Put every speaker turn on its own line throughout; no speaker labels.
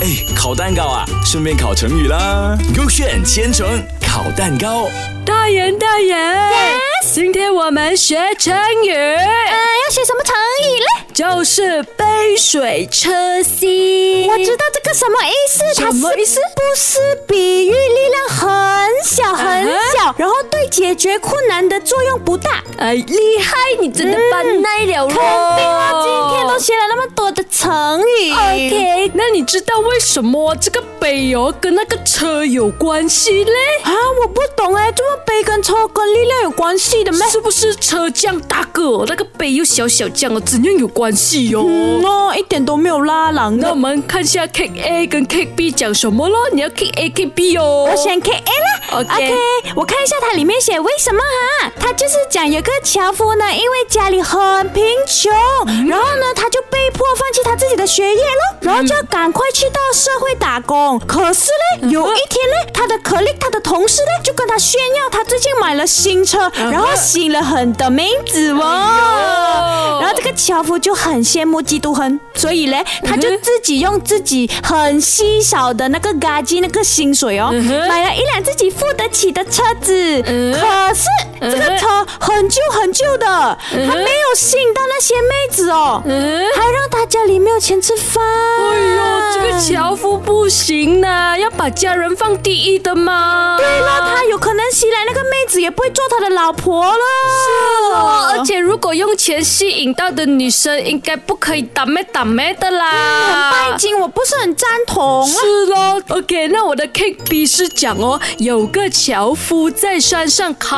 哎，烤蛋糕啊，顺便烤成语啦。勾选千层烤蛋糕，
大人，大人今天我们学成语，
呃，要学什么成语嘞？
就是杯水车薪。
我知道这个什么意思，它
嗯什么
是
意思
不是比喻力量很小很
嗯哼
小，然后对解决困难的作用不大。
哎，厉害，你真的搬耐了咯。肯
肯定啊，今天都学了那么多的成语。
OK，那你知道为什么这个杯哦跟那个车有关系嘞？
啊，我不懂哎，这么杯跟抽跟力量有关系的咩？
是不是车匠大个哦，那个杯又小小匠哦，怎样有关系哟、
嗯哦，一点都没有拉郎
那我
的。
们看一下 K A 跟 K B 讲什么咯？你要 K A K B 哦。
我选 K A 啦
OK
我看一下它里面写为什么哈、它就是讲有个樵夫呢，因为家里很贫穷，
嗯
然后呢，他就被迫放弃他自己的学业咯，然后就要赶快去到社会打工。可是
嗯
呢，有一天呢，他的可 o 他的同事呢，就跟他炫耀他最近买了新车，
嗯
然后吸引了很多妹子
哎
哦
呦，
然后这个樵夫就很羡慕嫉妒恨，所以嘞，他就
嗯哼
自己用自己很稀少的那个嘎叽那个薪水哦，
嗯哼
买了一辆自己付得起的车子。
嗯
可是
嗯
这个车很旧很旧的，
嗯
他没有吸引到那些妹子哦，
嗯。
还让他家里没有钱吃饭。
哎呦，这个樵夫不行呐，要把家人放第一的嘛。
对了，他有可能袭来那个妹子也不会做他的老婆了。是
哦，而且如果用钱吸引到的女生，应该不可以打妹打妹的啦。
嗯拜啊金我不是很赞同啊。
是咯，OK，那我的 K B 是讲哦，有个樵夫在山上砍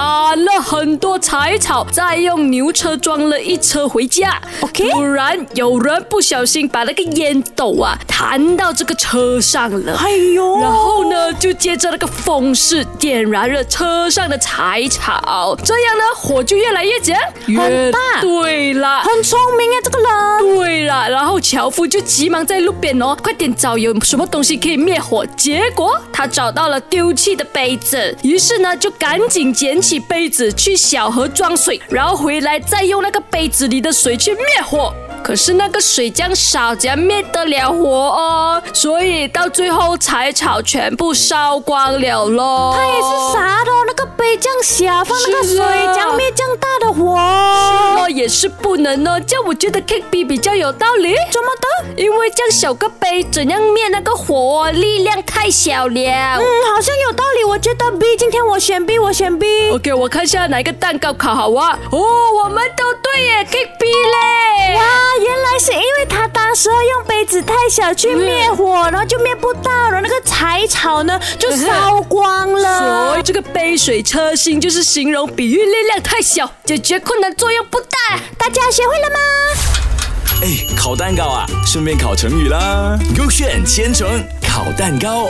了很多柴草，再用牛车装了一车回家。
OK
突然有人不小心把那个烟斗啊弹到这个车上了。
哎呦
然后呢，就接着那个风势点燃了车上的柴草，这样呢，火就越来越强，越
很大
对啦，
很聪明啊，这个人。
对了，然后樵夫就急忙在路边哦，快点找有什么东西可以灭火。结果他找到了丢弃的杯子，于是呢就赶紧捡起杯子去小河装水，然后回来再用那个杯子里的水去灭火。可是那个水这样少，怎样灭得了火哦？所以到最后柴草全部烧光了咯。
它也是啥的哦，那个杯这样小，放那个
是
水
啊
这样灭这样大的火，
哦，也是不能哦。这样我觉得 K B 比较有道理。怎么的？因为这样小个杯，怎样灭那个火、力量太小了。
嗯，好像有道理。我觉得 B，今天我选 B，我选 B。
OK，我看一下哪一个蛋糕烤好啊？哦，我们都对耶，K B 嘞。
啊，原来是因为他当时用杯子太小去灭火，然后就灭不到，然后那个柴草呢就烧光
所
了
以。这个杯水车薪就是形容比喻力量太小，解决困难作用不大。
大家学会了吗？
哎，烤蛋糕啊，顺便烤成语啦。勾选千层烤蛋糕。